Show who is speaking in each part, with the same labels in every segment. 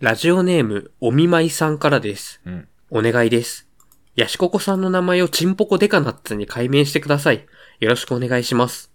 Speaker 1: ラジオネーム、お見舞いさんからです。
Speaker 2: うん。
Speaker 1: お願いです。ヤシココさんの名前をチンポコデカナッツに改名してください。よろしくお願いします。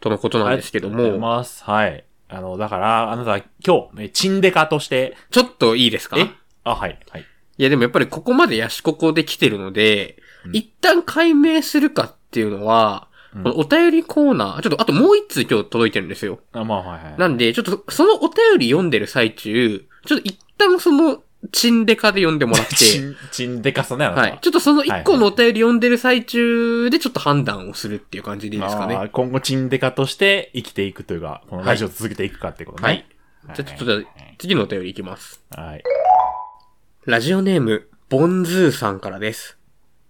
Speaker 1: とのことなんですけど
Speaker 2: ありがとうござ
Speaker 1: も、
Speaker 2: います。はい。あの、だから、あなた、今日、ね、チンデカとして、
Speaker 1: ちょっといいですか
Speaker 2: えあ、はい、はい。
Speaker 1: いやでもやっぱりここまでヤシココで来てるので、
Speaker 2: うん
Speaker 1: 一旦解明するかっていうのは、
Speaker 2: うん
Speaker 1: このお便りコーナー、ちょっとあともう一通今日届いてるんですよ。
Speaker 2: あまあ、はい、はい。
Speaker 1: なんで、ちょっとそのお便り読んでる最中、ちょっと一旦そのチンデカで読んでもらっ
Speaker 2: チ
Speaker 1: て、
Speaker 2: ン、チンデカさね、あなた。
Speaker 1: はい。ちょっとその一個のお便り読んでる最中でちょっと判断をするっていう感じでいいですかね。
Speaker 2: あー今後、チンデカとして生きていくというか、このラジオを続けていくかってことね。
Speaker 1: はい。じゃあちょっとじゃあ次のお便りいきます。
Speaker 2: はい。
Speaker 1: ラジオネーム、ボンズーさんからです。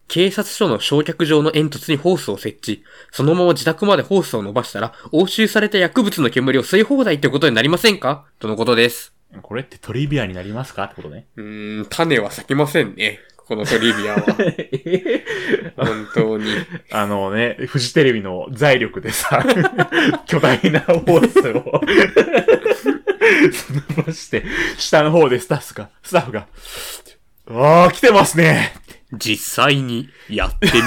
Speaker 1: 警察署の焼却場の煙突にホースを設置。そのまま自宅までホースを伸ばしたら、押収された薬物の煙を吸い放題ってことになりませんかとのことです。
Speaker 2: これってトリビアになりますかってこ とね。
Speaker 1: うーん、種は咲きませんね。このトリビアは。 本当に。
Speaker 2: あのね、フジテレビの財力でさ、 巨大なホースを、伸ばして、下の方でスタッフが、スタッフが、ああ、来てますね
Speaker 1: 実際にやってみた。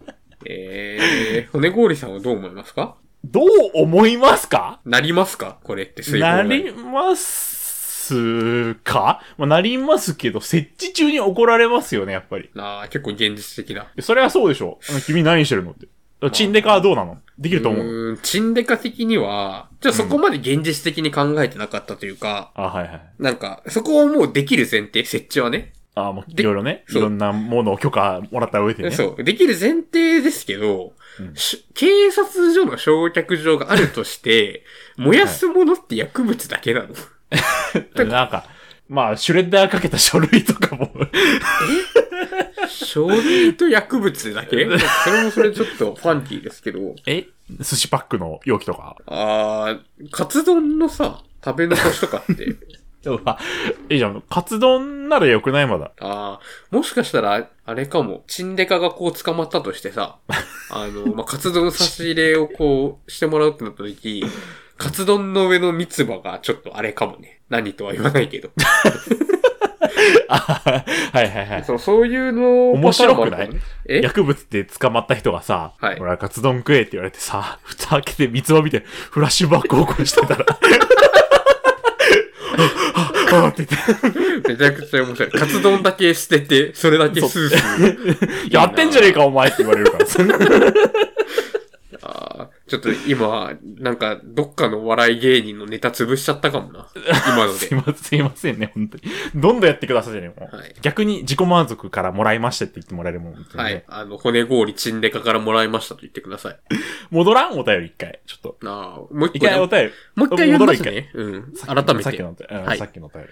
Speaker 1: えー、骨氷さんはどう思いますか
Speaker 2: どう思いますか
Speaker 1: なりますかこれって水
Speaker 2: な
Speaker 1: 分が
Speaker 2: りますか、まあ、なりますけど、設置中に怒られますよね、やっぱり。
Speaker 1: ああ、結構現実的だ。
Speaker 2: それはそうでしょあの君何してるのって。チンデカはどうなのできると思う。
Speaker 1: ーん、チンデカ的には、じゃあそこまで現実的に考えてなかったというか、
Speaker 2: あ、はいはい。
Speaker 1: なんか、そこはもうできる前提、設置はね。
Speaker 2: あ、もう
Speaker 1: で
Speaker 2: いろいろね、い
Speaker 1: そう
Speaker 2: ろんなものを許可もらった上でね。
Speaker 1: そう、できる前提ですけど、
Speaker 2: うん
Speaker 1: し警察署の焼却場があるとして、燃やすものって薬物だけなの、
Speaker 2: なんか、まあ、シュレッダーかけた書類とかも、
Speaker 1: 書類と薬物だけ それもそれちょっとファンキーですけど、
Speaker 2: え寿司パックの容器と か。
Speaker 1: あー、カツ丼のさ、食べ残しとか って、
Speaker 2: あいいじゃん。カツ丼ならよくないまだ。
Speaker 1: ああ、もしかしたら、あれかも、チンデカがこう捕まったとしてさ、あの、まあ、カツ丼差し入れをこうしてもらうってなった時、カツ丼の上の三つ葉がちょっとあれかもね。何とは言わないけど。
Speaker 2: あはいはいは い。
Speaker 1: そう、そういうの
Speaker 2: 面白くない
Speaker 1: パターンもあるかもねえ
Speaker 2: 薬物で捕まった人がさ、
Speaker 1: はい
Speaker 2: 俺はカツ丼食えって言われてさ、蓋開けて三つ葉見て、フラッシュバックを起こして たら、あああって言っ
Speaker 1: めちゃくちゃ面白い。カツ丼だけ捨てて、それだけスースー。
Speaker 2: て、やってんじゃねえかお前って言われる からさ。
Speaker 1: あーちょっと今、なんか、どっかのお笑い芸人のネタ潰しちゃったかもな。今の
Speaker 2: すい
Speaker 1: で。
Speaker 2: ません、すいませんね、本当に。どんどんやってくださいじゃねえもう
Speaker 1: はい
Speaker 2: 逆に自己満足からもらいましたって言ってもらえるもん、本当に
Speaker 1: は
Speaker 2: ね
Speaker 1: い。あの、骨氷チンデカからもらいましたと言ってください。
Speaker 2: 戻らんお便り一回。ちょっと。
Speaker 1: ああ、もう一個
Speaker 2: 一回お便り。
Speaker 1: もう一回読みます
Speaker 2: 戻る
Speaker 1: ね。うん。
Speaker 2: さっき
Speaker 1: 改め
Speaker 2: さっき
Speaker 1: て
Speaker 2: の。お便り。うん
Speaker 1: はい
Speaker 2: さっきのお便り。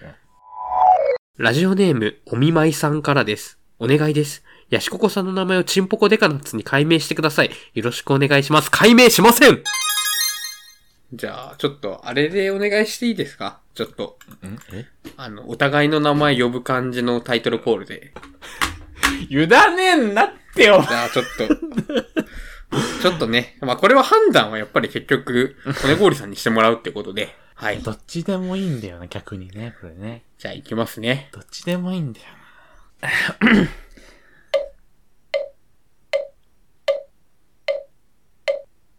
Speaker 1: ラジオネーム、お見舞いさんからです。お願いです。ヤシココさんの名前をチンポコデカナッツに改名してください。よろしくお願いします。改名しませんじゃあ、ちょっと、あれでお願いしていいですかちょっと、
Speaker 2: うんえ
Speaker 1: あの、お互いの名前呼ぶ感じのタイトルコールで。
Speaker 2: 委ねんなってよ
Speaker 1: じゃあ、ちょっと、ちょっとね、まあ、これは判断はやっぱり結局、骨氷さんにしてもらうってことで。はい。
Speaker 2: どっちでもいいんだよな、逆にね、これね。
Speaker 1: じゃあ、行きますね。
Speaker 2: どっちでもいいんだよな。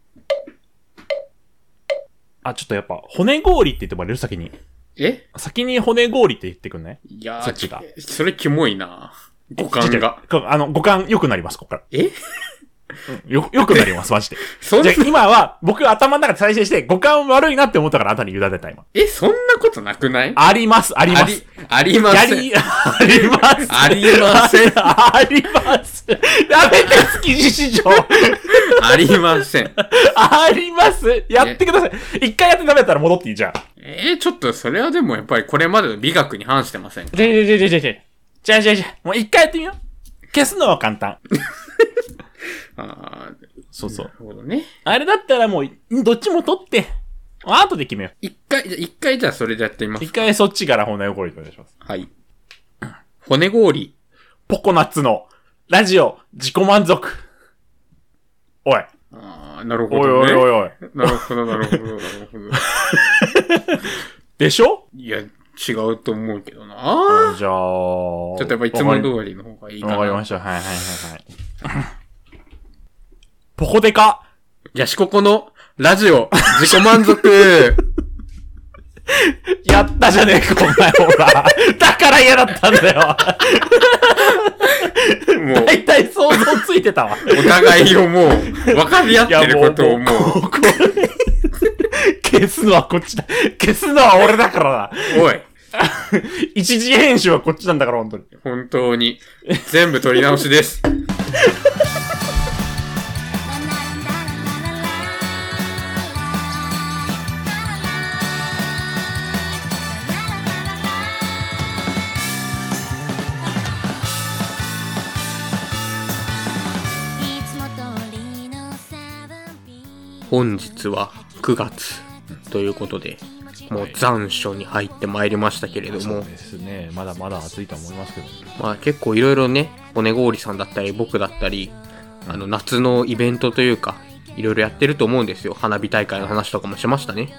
Speaker 2: あ、ちょっとやっぱ、骨氷って言ってもらえる先に。
Speaker 1: え
Speaker 2: 先に骨氷って言ってくんね。
Speaker 1: いや
Speaker 2: そっちが
Speaker 1: ー、それキモいな五感
Speaker 2: ちっちゃ
Speaker 1: が。
Speaker 2: い。こあの、五感良くなります、ここから。
Speaker 1: え
Speaker 2: うんよ、 良くなります、マジで。
Speaker 1: そん
Speaker 2: じゃあ今は、僕頭の中で再生して、五感悪いなって思ったからあなたに委ねた、今。
Speaker 1: え、そんなことなくない
Speaker 2: あります、ありま
Speaker 1: あ
Speaker 2: す
Speaker 1: り。、ありま
Speaker 2: や
Speaker 1: せん。
Speaker 2: り、 あります。
Speaker 1: ありません。
Speaker 2: あります。やめて、築地 市場。
Speaker 1: ありません。
Speaker 2: あります。やってください。一回やってダメだったら戻っていいじゃん。
Speaker 1: えー、ちょっとそれはでもやっぱりこれまでの美学に反してません。
Speaker 2: じゃじゃじゃじゃじゃじゃじゃじゃもう一回やってみよう。消すのは簡単。
Speaker 1: あー
Speaker 2: そうそう
Speaker 1: な。るほどね。
Speaker 2: あれだったらもう、どっちも取って、アートで決めよ
Speaker 1: 一回、じゃあ一回じゃあそれでやってみま
Speaker 2: う。
Speaker 1: す
Speaker 2: 一。回そっちから骨をこりお願いします。
Speaker 1: はい。骨氷。
Speaker 2: ポコナッツの、ラジオ、自己満足。おい。
Speaker 1: あーなるほ
Speaker 2: おい
Speaker 1: ど
Speaker 2: おいおい
Speaker 1: ね。
Speaker 2: おい。
Speaker 1: なるほど、なるほど、なるほど。
Speaker 2: でしょ
Speaker 1: いや、違うと思うけどな。
Speaker 2: じゃあ。ちょ
Speaker 1: ちょっとやっぱいつも通りの方がいいかな。
Speaker 2: わかりました。はいはいはいはい。ポコデカ
Speaker 1: ヤシココのラジオ、自己満足。
Speaker 2: やったじゃねえか、お前ほら。だから嫌だったんだよ。
Speaker 1: もう、
Speaker 2: 大体想像ついてたわ。
Speaker 1: お互いをもう、分かり合ってることをもう、
Speaker 2: ここで消すのはこっちだ。消すのは俺だからな。
Speaker 1: おい、
Speaker 2: 一時編集はこっちなんだから、本当に。
Speaker 1: 本当に、全部取り直しです。
Speaker 3: いつも通りのサーピー
Speaker 1: 本日は9月ということで、もう残暑に入ってまいりましたけれども、
Speaker 2: ですね。まだまだ暑いと思いますけど。
Speaker 1: まあ結構いろいろね、骨氷さんだったり僕だったり、あの夏のイベントというか、いろいろやってると思うんですよ。花火大会の話とかもしましたね。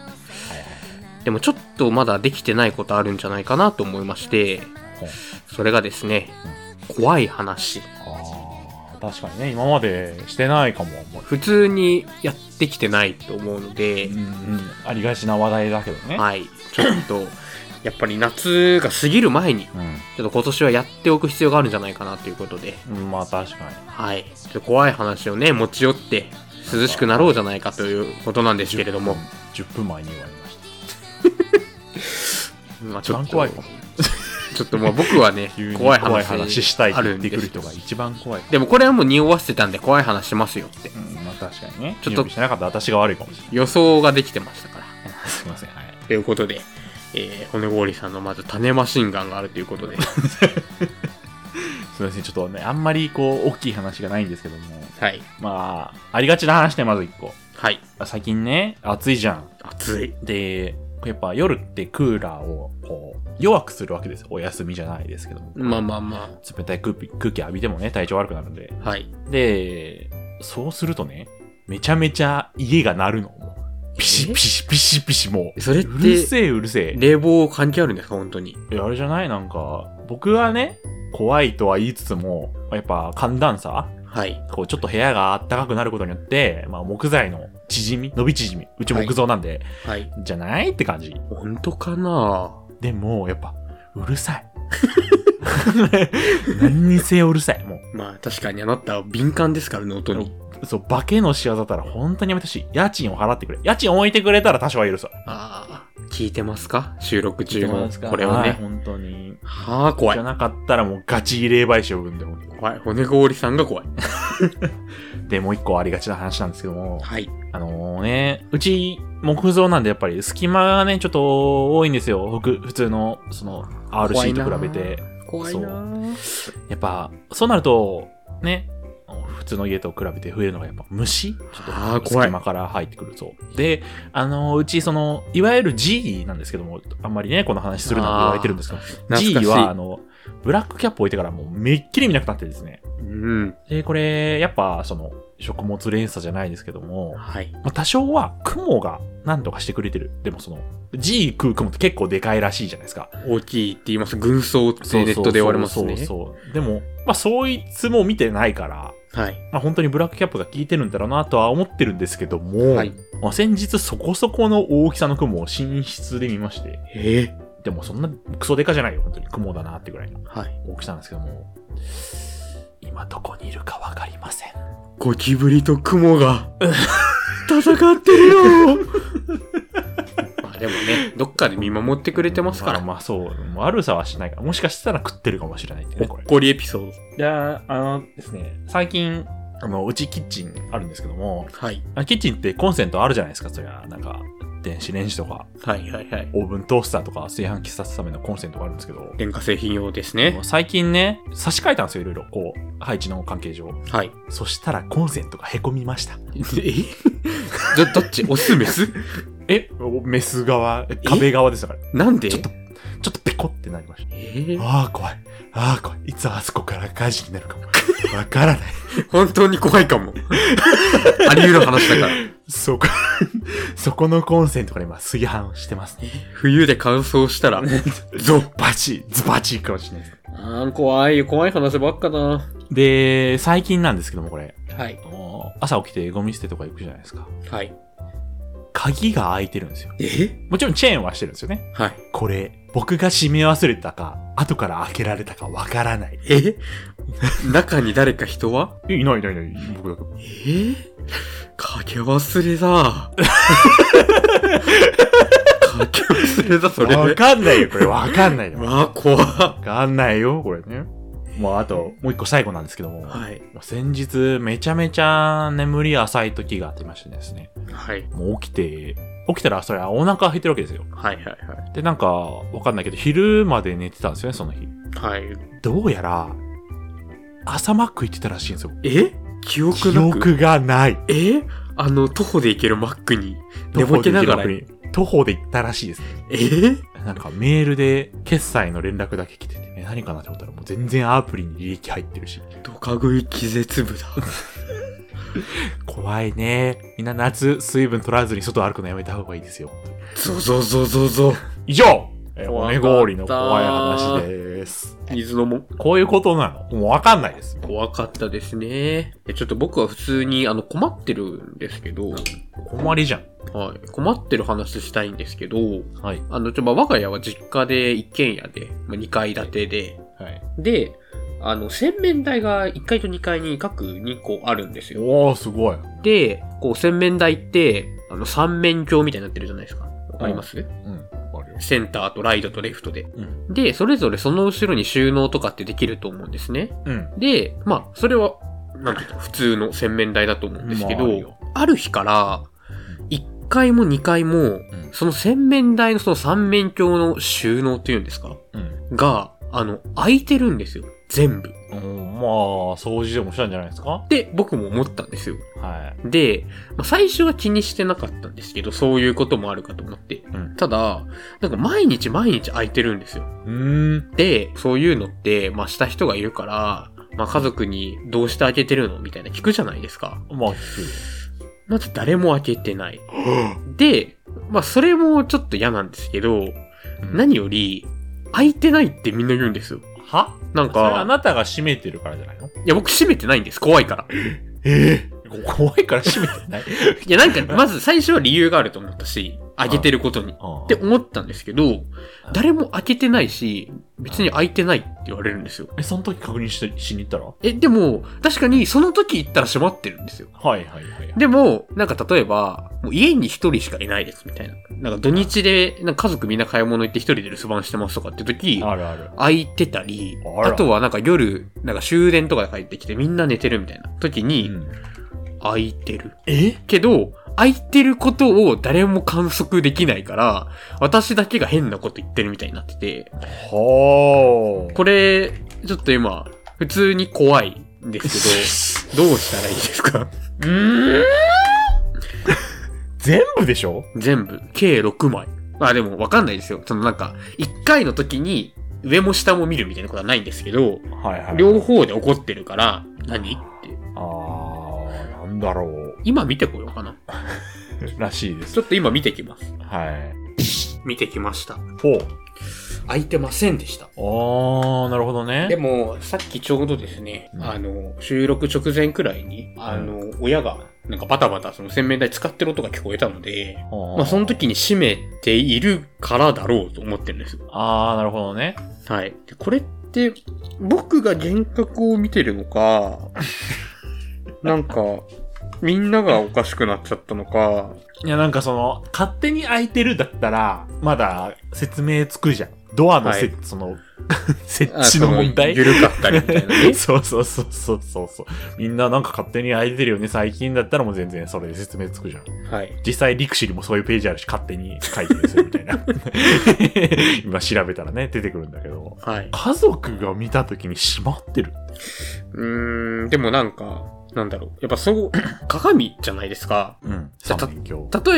Speaker 1: でもちょっとまだできてないことあるんじゃないかなと思いまして、それがですね、怖い話。
Speaker 2: ああ、確かにね、今までしてないかも。もう
Speaker 1: 普通にやってきてないと思うので
Speaker 2: うん、うん、ありがちな話題だけどね。
Speaker 1: はい、ちょっと、やっぱり夏が過ぎる前に、ちょっと今年はやっておく必要があるんじゃないかなということで、
Speaker 2: うん。まあ確かに。
Speaker 1: はい、ちょっと怖い話をね、持ち寄って、涼しくなろうじゃないかということなんですけれども、
Speaker 2: 10分前に言われました。
Speaker 1: まあ、
Speaker 2: 一
Speaker 1: ちょ
Speaker 2: 番
Speaker 1: っと、
Speaker 2: 怖いかも。
Speaker 1: ちょっともう僕はね
Speaker 2: 急、に
Speaker 1: 怖
Speaker 2: 怖
Speaker 1: い
Speaker 2: い
Speaker 1: 話
Speaker 2: 話したいっ
Speaker 1: あ
Speaker 2: て
Speaker 1: る
Speaker 2: 言
Speaker 1: ん
Speaker 2: っ
Speaker 1: で
Speaker 2: て
Speaker 1: す
Speaker 2: くる人が一番怖い。
Speaker 1: でもこれはもう匂わせてたんで怖い話しますよって
Speaker 2: うん、まあ確かにね。
Speaker 1: ち
Speaker 2: ち
Speaker 1: ょ
Speaker 2: ょ
Speaker 1: っ
Speaker 2: っ
Speaker 1: と
Speaker 2: としてなかった私が悪いかもしれ
Speaker 1: 予想ができてましたから。
Speaker 2: ない。すいません。はい。
Speaker 1: ということで、えー、骨氷さんのまず種マシンガンがあるという ことで、
Speaker 2: すいません。ちょっとね、あんまりこう、大きい話がないんですけども。
Speaker 1: はい、
Speaker 2: まあ、ありがちな話ね、まず一個。
Speaker 1: はい、
Speaker 2: あ最近ね、暑いじゃん。
Speaker 1: 熱い。
Speaker 2: で、やっぱ夜ってクーラーをこう、弱くするわけですよ。お休みじゃないですけども。
Speaker 1: まあまあま
Speaker 2: 冷たい空気空気浴びてもね、体調悪くなるんで。
Speaker 1: あ、はい。
Speaker 2: で、そうするとね、めちゃめちゃ家が鳴るの。もうピシピシピシピシもう。
Speaker 1: それって
Speaker 2: うるせえうるせ
Speaker 1: 冷房関係あるんですか、本当に。
Speaker 2: え。えあれじゃないなんか、僕はね、怖いとは言いつつも、やっぱ寒暖差
Speaker 1: はい。
Speaker 2: こうちょっと部屋が暖かくなることによって、まあ木材の縮み伸び縮み。うち木造なんで、
Speaker 1: はい。
Speaker 2: じゃないって感じ。
Speaker 1: 本当かな
Speaker 2: でも、やっぱ、うるさい。 何にせようるさい。も
Speaker 1: まあ確かにあなたは敏感ですからね、音に。
Speaker 2: う、そう、化けの仕業だったら本当にやめてほしい。家賃を払ってくれ。家賃置いてくれたら多少は許すわ。
Speaker 1: ああ、聞いてますか収録中のこれを
Speaker 2: は
Speaker 1: ね。
Speaker 2: い、本当に。
Speaker 1: はあ、怖
Speaker 2: じゃ
Speaker 1: い。
Speaker 2: なかったらもうガチ霊媒師を呼ぶんで、本当に
Speaker 1: 怖い。骨氷さんが怖い。
Speaker 2: で、もう一個ありがちな話なんですけども、
Speaker 1: はい。
Speaker 2: あのね、うち木造なんでやっぱり隙間がね、ちょっと多いんですよ。ふく普通の、その、
Speaker 1: 怖い
Speaker 2: RC
Speaker 1: な
Speaker 2: と比べて。
Speaker 1: 怖いなー
Speaker 2: やっぱ、そうなると、ね、普通の家と比べて増えるのがやっぱ虫ち
Speaker 1: あ
Speaker 2: ょ
Speaker 1: ー
Speaker 2: っと
Speaker 1: 怖い
Speaker 2: 隙間から入ってくるそう。で、あの、うちその、いわゆる G なんですけども、あんまりね、この話するなって言われてるんですけ
Speaker 1: あー
Speaker 2: ど、
Speaker 1: 懐か
Speaker 2: G
Speaker 1: しい
Speaker 2: はあの、ブラックキャップ置いてからもうめっきり見なくなってですね。
Speaker 1: うん。
Speaker 2: で、これ、やっぱその、食物連鎖じゃないですけども、
Speaker 1: はい。
Speaker 2: まあ、多少は雲が何とかしてくれてる。でもその、G 食う雲って結構でかいらしいじゃないですか。
Speaker 1: 大きいって言います。軍曹ってネットで言われますね。
Speaker 2: そうそうそうそう。でも、まあ、そいつも見てないから、
Speaker 1: はい。
Speaker 2: まあ、本当にブラックキャップが効いてるんだろうなとは思ってるんですけども、
Speaker 1: はい。
Speaker 2: まあ、先日そこそこの大きさの雲を寝室で見まして、
Speaker 1: ええ
Speaker 2: でもそんなクソデカじゃないよ、本当に雲だなってぐらいの
Speaker 1: はい。
Speaker 2: 大きさなんですけども、今どこにいるかわかりません。
Speaker 1: ゴキブリとクモが、戦って るよーまあでもね、どっかで見守ってくれてますから。
Speaker 2: まあ、まあそう、悪さはしないから、もしかしたら食ってるかもしれないって
Speaker 1: ほ
Speaker 2: ね、これ
Speaker 1: っ。こりエピソード。
Speaker 2: いやあのですね、最近、あの、うちキッチンあるんですけども、
Speaker 1: はい。
Speaker 2: あキッチンってコンセントあるじゃないですか、そりゃ。なんか、電子レンジとか、
Speaker 1: はいはいはい。
Speaker 2: オーブントースターとか、炊飯器刺すためのコンセントがあるんですけど、
Speaker 1: 電化製品用です
Speaker 2: あ
Speaker 1: ね
Speaker 2: の。最近ね、差し替えたんですよ、いろいろ。こう、配置の関係上。
Speaker 1: はい。
Speaker 2: そしたらコンセントが凹みました。
Speaker 1: えど、 どっちオスメス
Speaker 2: えメス側、壁側ですだから。
Speaker 1: なんで
Speaker 2: ちょっと、ちょっとペコってなりました。
Speaker 1: え ー
Speaker 2: ああ、怖い。ああ、怖い。いつあそこから火事になるかも。わからない。
Speaker 1: 本当に怖いかも。あり得る話だから。
Speaker 2: そこ、 そこのコンセントから今、炊飯してますね。
Speaker 1: 冬で乾燥したら、
Speaker 2: ゾッパチ、ズバチかもしれないです。
Speaker 1: あー怖い、怖い話ばっかな。
Speaker 2: で、最近なんですけども、これ。
Speaker 1: はい。
Speaker 2: あの朝起きてゴミ捨てとか行くじゃないですか。
Speaker 1: はい。
Speaker 2: 鍵が開いてるんですよ。
Speaker 1: え
Speaker 2: もちろんチェーンはしてるんですよね。
Speaker 1: はい。
Speaker 2: これ、僕が閉め忘れたか、後から開けられたかわからない。
Speaker 1: え中に誰か人はい
Speaker 2: ないいないいない、僕だけ。
Speaker 1: えー、かけ忘れ だ。かけ忘れだ、それ。
Speaker 2: わかんないよ、これ。 わかんないよ。わ
Speaker 1: わあ、怖っ
Speaker 2: かんないよ、これね。もうあと、もう一個最後なんですけども。
Speaker 1: はい。
Speaker 2: 先日、めちゃめちゃ眠り浅い時があってましてですね。
Speaker 1: はい。
Speaker 2: もう起きて、起きたらそれはお腹減ってるわけですよ。
Speaker 1: はいはい
Speaker 2: で、なんか、わかんないけど、昼まで寝てたんですよね、その日。
Speaker 1: はい。はい。
Speaker 2: どうやら、朝マック行ってたらしいんですよ。
Speaker 1: え記憶
Speaker 2: 記
Speaker 1: なく
Speaker 2: 憶がない。
Speaker 1: えあの、徒歩で行けるマックに、寝ぼけながら。え
Speaker 2: 徒歩で行ったらしいです。
Speaker 1: ー
Speaker 2: なんかメールで決済の連絡だけ来ててね、何かなと思ったらもう全然アプリに利益入ってるし。
Speaker 1: ドカ食い気絶部だ。
Speaker 2: 怖いね。みんな夏、水分取らずに外歩くのやめた方がいいですよ。本当に
Speaker 1: ゾゾゾゾゾ。
Speaker 2: 以上えーお
Speaker 1: 怖か
Speaker 2: ね
Speaker 1: った
Speaker 2: ごりの怖い話です。
Speaker 1: 水飲もう。
Speaker 2: こういうことなのもうわかんないです。
Speaker 1: 怖かったですね。えちょっと僕は普通に、あの、困ってるんですけど、
Speaker 2: 困りじゃん。
Speaker 1: はい。困ってる話したいんですけど、
Speaker 2: はい。
Speaker 1: あの、ちょ、まあ、我が家は実家で一軒家で、まあ、2階建てで、
Speaker 2: はい。
Speaker 1: で、あの、洗面台が1階と2階に各2個あるんですよ。
Speaker 2: おー、すごい。
Speaker 1: で、こう、洗面台って、あの、三面鏡みたいになってるじゃないですか。わかります、
Speaker 2: うん。あるよ。
Speaker 1: センターとライトとレフトで。
Speaker 2: うん。
Speaker 1: で、それぞれその後ろに収納とかってできると思うんですね。
Speaker 2: うん。
Speaker 1: で、まあ、それは、なんていうの、普通の洗面台だと思うんですけど、
Speaker 2: まああるよ
Speaker 1: ある日から、1階も2階も、
Speaker 2: ん
Speaker 1: その洗面台のその三面鏡の収納っていうんですか
Speaker 2: うん。
Speaker 1: が、あの、空いてるんですよ。全部。
Speaker 2: うん、まあ、掃除でもしたんじゃないですか
Speaker 1: で、僕も思ったんですよ。
Speaker 2: は
Speaker 1: で、まあ、最初は気にしてなかったんですけど、そういうこともあるかと思って。
Speaker 2: い。うん。
Speaker 1: ただ、なんか毎日毎日空いてるんですよ。
Speaker 2: うん。
Speaker 1: で、そういうのって、まあ、した人がいるから、まあ、家族にどうして開けてるのみたいな聞くじゃないですか。
Speaker 2: まあ、
Speaker 1: まず誰も開けてない。で、まあ、それもちょっと嫌なんですけど、何より、開いてないってみんな言うんですよ。
Speaker 2: は
Speaker 1: なん
Speaker 2: それあ
Speaker 1: か、
Speaker 2: なたが閉めてるからじゃないの
Speaker 1: いや、僕閉めてないんです。怖いから。
Speaker 2: ええ怖いから閉めて ない。
Speaker 1: いや、なんか、まず最初は理由があると思ったし、開けてることに。って思ったんですけど、誰も開けてないし、別に開いてないって言われるんですよ。
Speaker 2: え、その時確認してしに行ったら
Speaker 1: え、でも、確かにその時行ったら閉まってるんですよ。
Speaker 2: はいはいはいはい。
Speaker 1: でも、なんか例えば、もう家に一人しかいないですみたいな。なんか土日で、なんか家族みんな買い物行って一人で留守番してますとかって時、
Speaker 2: あるある。
Speaker 1: 空いてたり、
Speaker 2: あら
Speaker 1: あとはなんか夜、なんか終電とかで帰ってきてみんな寝てるみたいな時
Speaker 2: う
Speaker 1: に、
Speaker 2: ん、
Speaker 1: 空いてる。
Speaker 2: え
Speaker 1: けど、空いてることを誰も観測できないから、私だけが変なこと言ってるみたいになってて、
Speaker 2: はあ。
Speaker 1: これ、ちょっと今、普通に怖いん です
Speaker 2: す
Speaker 1: けど、どうしたらいいです か
Speaker 2: けど、うん全部でしょ
Speaker 1: 全部、計6枚。まあでも、わかんないですよ。そのなんか、1回の時に、上も下も見るみたいなことはないんですけど、
Speaker 2: はいはい。
Speaker 1: 両方で怒ってるから、何って。
Speaker 2: あー、なんだろう。
Speaker 1: 今見てこようかな。
Speaker 2: らしいです。
Speaker 1: ちょっと今見てきます。
Speaker 2: はい。
Speaker 1: 見てきました。
Speaker 2: ほう。
Speaker 1: 空いてませんでした。
Speaker 2: あー、なるほどね。
Speaker 1: でも、さっきちょうどですね、
Speaker 2: うん
Speaker 1: あの、収録直前くらいに、あの、親が、なんかバタバタその洗面台使ってる音が聞こえたので、
Speaker 2: も
Speaker 1: まあその時に閉めているからだろうと思ってるんですよ。
Speaker 2: あー、なるほどね。
Speaker 1: はい。でこれって、僕が幻覚を見てるの か、なんか、みんながおかしくなっちゃったのか、
Speaker 2: いや、なんかその、勝手に開いてるだったら、まだ説明つくじゃん。ドアのせ、
Speaker 1: は
Speaker 2: その、 設
Speaker 1: あ
Speaker 2: 置の問題。
Speaker 1: その緩かったりみたいなね
Speaker 2: そうそうそうそうそうそう。みんななんか勝手に開いてるよね。最近だったらもう全然それで説明つくじゃん。
Speaker 1: はい。
Speaker 2: 実際、リクシーにもそういうページあるし、勝手に書いてるんですよ、みたい な。今調べたらね、出てくるんだけど。
Speaker 1: はい。
Speaker 2: 家族が見た時に閉まってる。
Speaker 1: うーん、でもなんか、なんだろう。やっぱそう、 鏡じゃないですか。
Speaker 2: うん。
Speaker 1: じゃ
Speaker 2: 三
Speaker 1: あ
Speaker 2: 面鏡。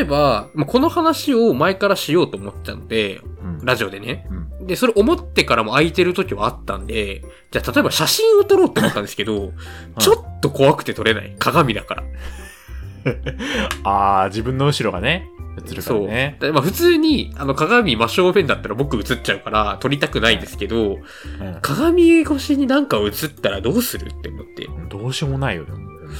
Speaker 1: 例えば、まあこの話を前からしようと思ってたので、
Speaker 2: うん
Speaker 1: ラジオでね。
Speaker 2: うん
Speaker 1: で、それ思ってからも空いてる時はあったんで、じゃあ例え ば写真を撮ろうと思ったんですけど、ちょっと怖くて撮れない。鏡だから。
Speaker 2: ああ、自分の後ろがね、映るからね。
Speaker 1: そう。でまあ、普通に、あの、鏡真正面だったら僕映っちゃうから、撮りたくないんですけど、
Speaker 2: うん
Speaker 1: 鏡越しになんか映ったらどうするって思って。
Speaker 2: どうしようもないよね。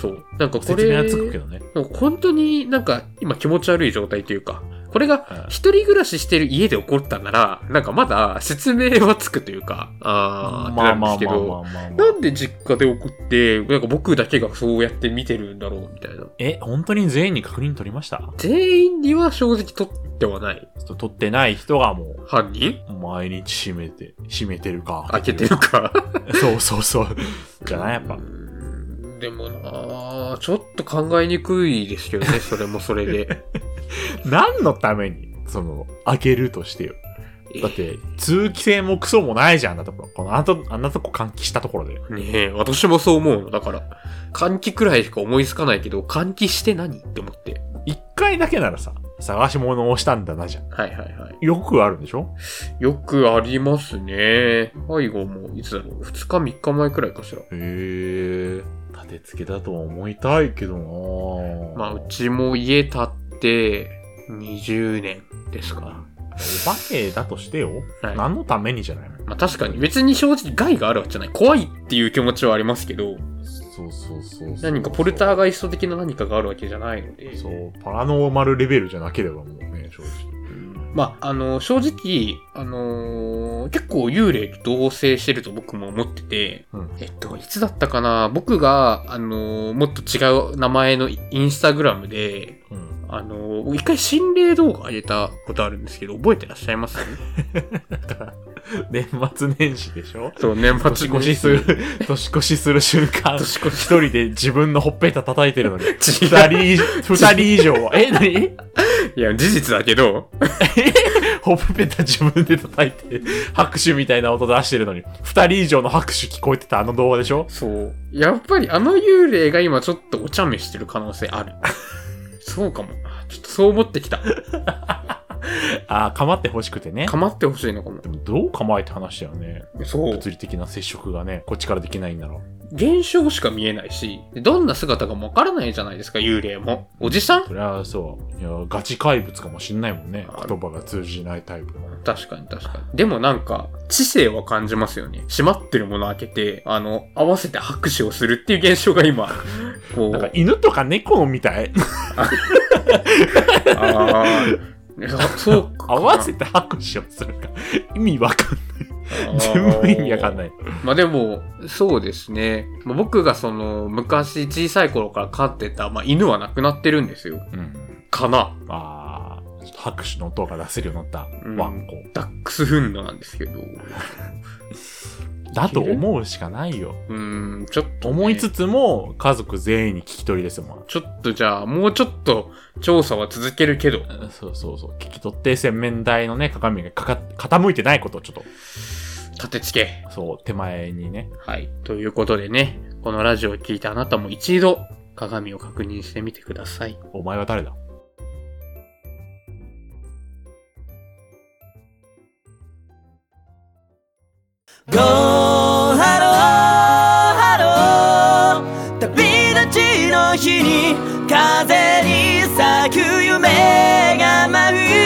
Speaker 1: そう。なんかこ
Speaker 2: 説明
Speaker 1: れ
Speaker 2: は、つくけどね。
Speaker 1: もう本当になんか今気持ち悪い状態というか、これが
Speaker 2: うん
Speaker 1: 一人暮らししてる家で起こったなら、なんかまだ説明はつくというか、あーってなるんですけど、
Speaker 2: あまあ
Speaker 1: なんで実家で送って、なんか僕だけがそうやって見てるんだろうみたいな。
Speaker 2: え、本当に全員に確認取りました
Speaker 1: 全員には正直取ってはない。
Speaker 2: 取ってない人がも
Speaker 1: 犯人
Speaker 2: う、毎日閉めて、閉めてるか。
Speaker 1: 開けてるか。
Speaker 2: そうそうそう。じゃないやっぱ
Speaker 1: う。んでもなあちょっと考えにくいです けどね、それもそれで。
Speaker 2: 何のために、その、開けるとしてよ。だって、通気性もクソもないじゃん、だとこ。このあと、あんなとこ換気したところで。
Speaker 1: ねえ、私もそう思うの。だから、換気くらいしか思いつかないけど、換気して何って思って。
Speaker 2: 一回だけならさ、探し物をしたんだな、じゃん。
Speaker 1: はいはいはい。
Speaker 2: よくあるんでしょ
Speaker 1: よくありますね。背後も、いつだろう。2日3日前くらいかしら。
Speaker 2: へえ。立て付けだとは思いたいけどな
Speaker 1: まあ、うちも家建って、20年ですか。
Speaker 2: お化けだとしてよ。
Speaker 1: はい
Speaker 2: 何のためにじゃない
Speaker 1: まあ確かに、別に正直害があるわけじゃない。怖いっていう気持ちはありますけど、
Speaker 2: そうそうそうそう
Speaker 1: 何かポルターガイスト的な何かがあるわけじゃないので。
Speaker 2: そう、パラノーマルレベルじゃなければもうね、正
Speaker 1: まあ、あの、正直、あのー結構幽霊と同棲してると僕も思ってて、
Speaker 2: うん
Speaker 1: えっと、いつだったかな僕が、あのーもっと違う名前のインスタグラムで、
Speaker 2: 直。うん。
Speaker 1: あのー一回心霊動画上げたことあるんですけど、覚えてらっしゃいます
Speaker 2: 年末年始でしょ
Speaker 1: そう、年
Speaker 2: 年
Speaker 1: 末
Speaker 2: 越し する、年越しする瞬間、
Speaker 1: 年越
Speaker 2: 一
Speaker 1: し。
Speaker 2: 人で自分のほっぺた叩いてるのに、二
Speaker 1: 違
Speaker 2: 人以、二人以上は、え、なに
Speaker 1: いや、事実だけど、
Speaker 2: ほっぺた自分で叩いて、拍手みたいな音出してるのに、二人以上の拍手聞こえてたあの動画でしょ
Speaker 1: そう。やっぱりあの幽霊が今ちょっとお茶目してる可能性 ある。そうかも。ちょっとそう思ってきた。
Speaker 2: ああ、構ってほしくてね。
Speaker 1: 構ってほしいのかも。
Speaker 2: でも、どう構えて話だよね。
Speaker 1: そう。
Speaker 2: 物理的な接触がね、こっちからできないんなら。
Speaker 1: 現象しか見えないし、どんな姿かもわからないじゃないですか、幽霊も。おじさん
Speaker 2: そりゃそう。いや、ガチ怪物かもしんないもんね
Speaker 1: あ。る
Speaker 2: 言葉が通じないタイプの。
Speaker 1: 確かに確かに。でもなんか、知性は感じますよね。閉まってるもの開けて、あの、合わせて拍手をするっていう現象が 今、こ
Speaker 2: なんか
Speaker 1: う、
Speaker 2: 犬とか猫みたい。
Speaker 1: あー そそうか。。
Speaker 2: 合わせて拍手をするか。意味わかんない。全部意味わかんないい。
Speaker 1: まあでも、そうですね。まあ僕がその、昔小さい頃から飼ってた、まあ犬は亡くなってるんですよ。
Speaker 2: うん。
Speaker 1: かな。
Speaker 2: あー、ちょっと拍手の音が出せるようになった、
Speaker 1: うん
Speaker 2: ワンコ。
Speaker 1: ダックスフンドなんですけど。
Speaker 2: だと思うしかないよ。
Speaker 1: うん、ちょっと、
Speaker 2: 思いつつも、家族全員に聞き取りですもん。
Speaker 1: ちょっとじゃあ、もうちょっと調査は続けるけど、
Speaker 2: そうそうそう。聞き取って、洗面台のね、鏡がかか傾いてないことをちょっ
Speaker 1: 立て付け。
Speaker 2: と、そう、手前にね。
Speaker 1: はい。ということでね、このラジオを聞いたあなたも一度、鏡を確認してみてください。
Speaker 2: お前は誰だ
Speaker 4: ゴーハローハロー旅立ちの日に風に咲く夢が舞う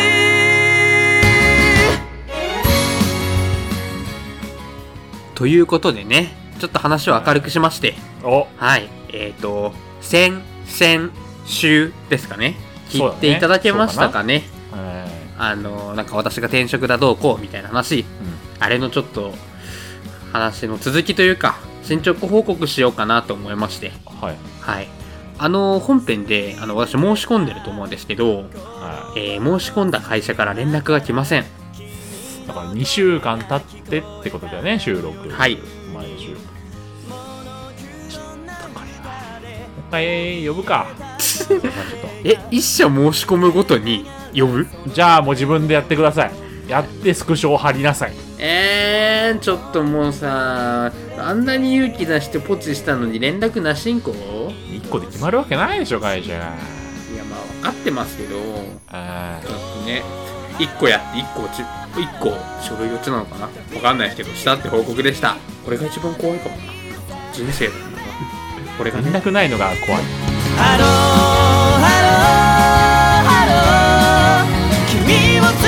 Speaker 1: ということでね、ちょっと話を明るくしまして、
Speaker 2: お
Speaker 1: はい。えっ、ー、と、先、先、週ですかね。聞いていただけましたかね。
Speaker 2: え
Speaker 1: あの、なんか私が転職だどうこうみたいな話、あれのちょっと、話の続きというか、進捗報告しようかなと思いまして。
Speaker 2: ー、はい。
Speaker 1: はい。あの、本編で、あの、私申し込んでると思うんですけど、
Speaker 2: は
Speaker 1: えー申し込んだ会社から連絡が来ません。
Speaker 2: い。だから2週間経ってってことだよね、収録。
Speaker 1: はい。
Speaker 2: 毎週。ちょっとこれは。もう一回呼ぶか。 ちょっと
Speaker 1: え、一社申し込むごとに呼ぶ
Speaker 2: じゃあもう自分でやってください。やってスクショを貼りなさい。
Speaker 1: えー、ちょっともうさ、あんなに勇気出してポチしたのに連絡なしんこい
Speaker 2: 1個で決まるわけないでしょ、会社が。
Speaker 1: や、まあ、分かってますけど、ちょ
Speaker 2: あ
Speaker 1: っ
Speaker 2: ー
Speaker 1: とね、1個やって、1個落ち、1個書類落ちなのかな分かんないですけど、したって報告でした。これが一番怖いかもな。人生だな。これが
Speaker 2: 連
Speaker 1: ね。
Speaker 2: 絡ないのが怖い。
Speaker 4: ハロー荷物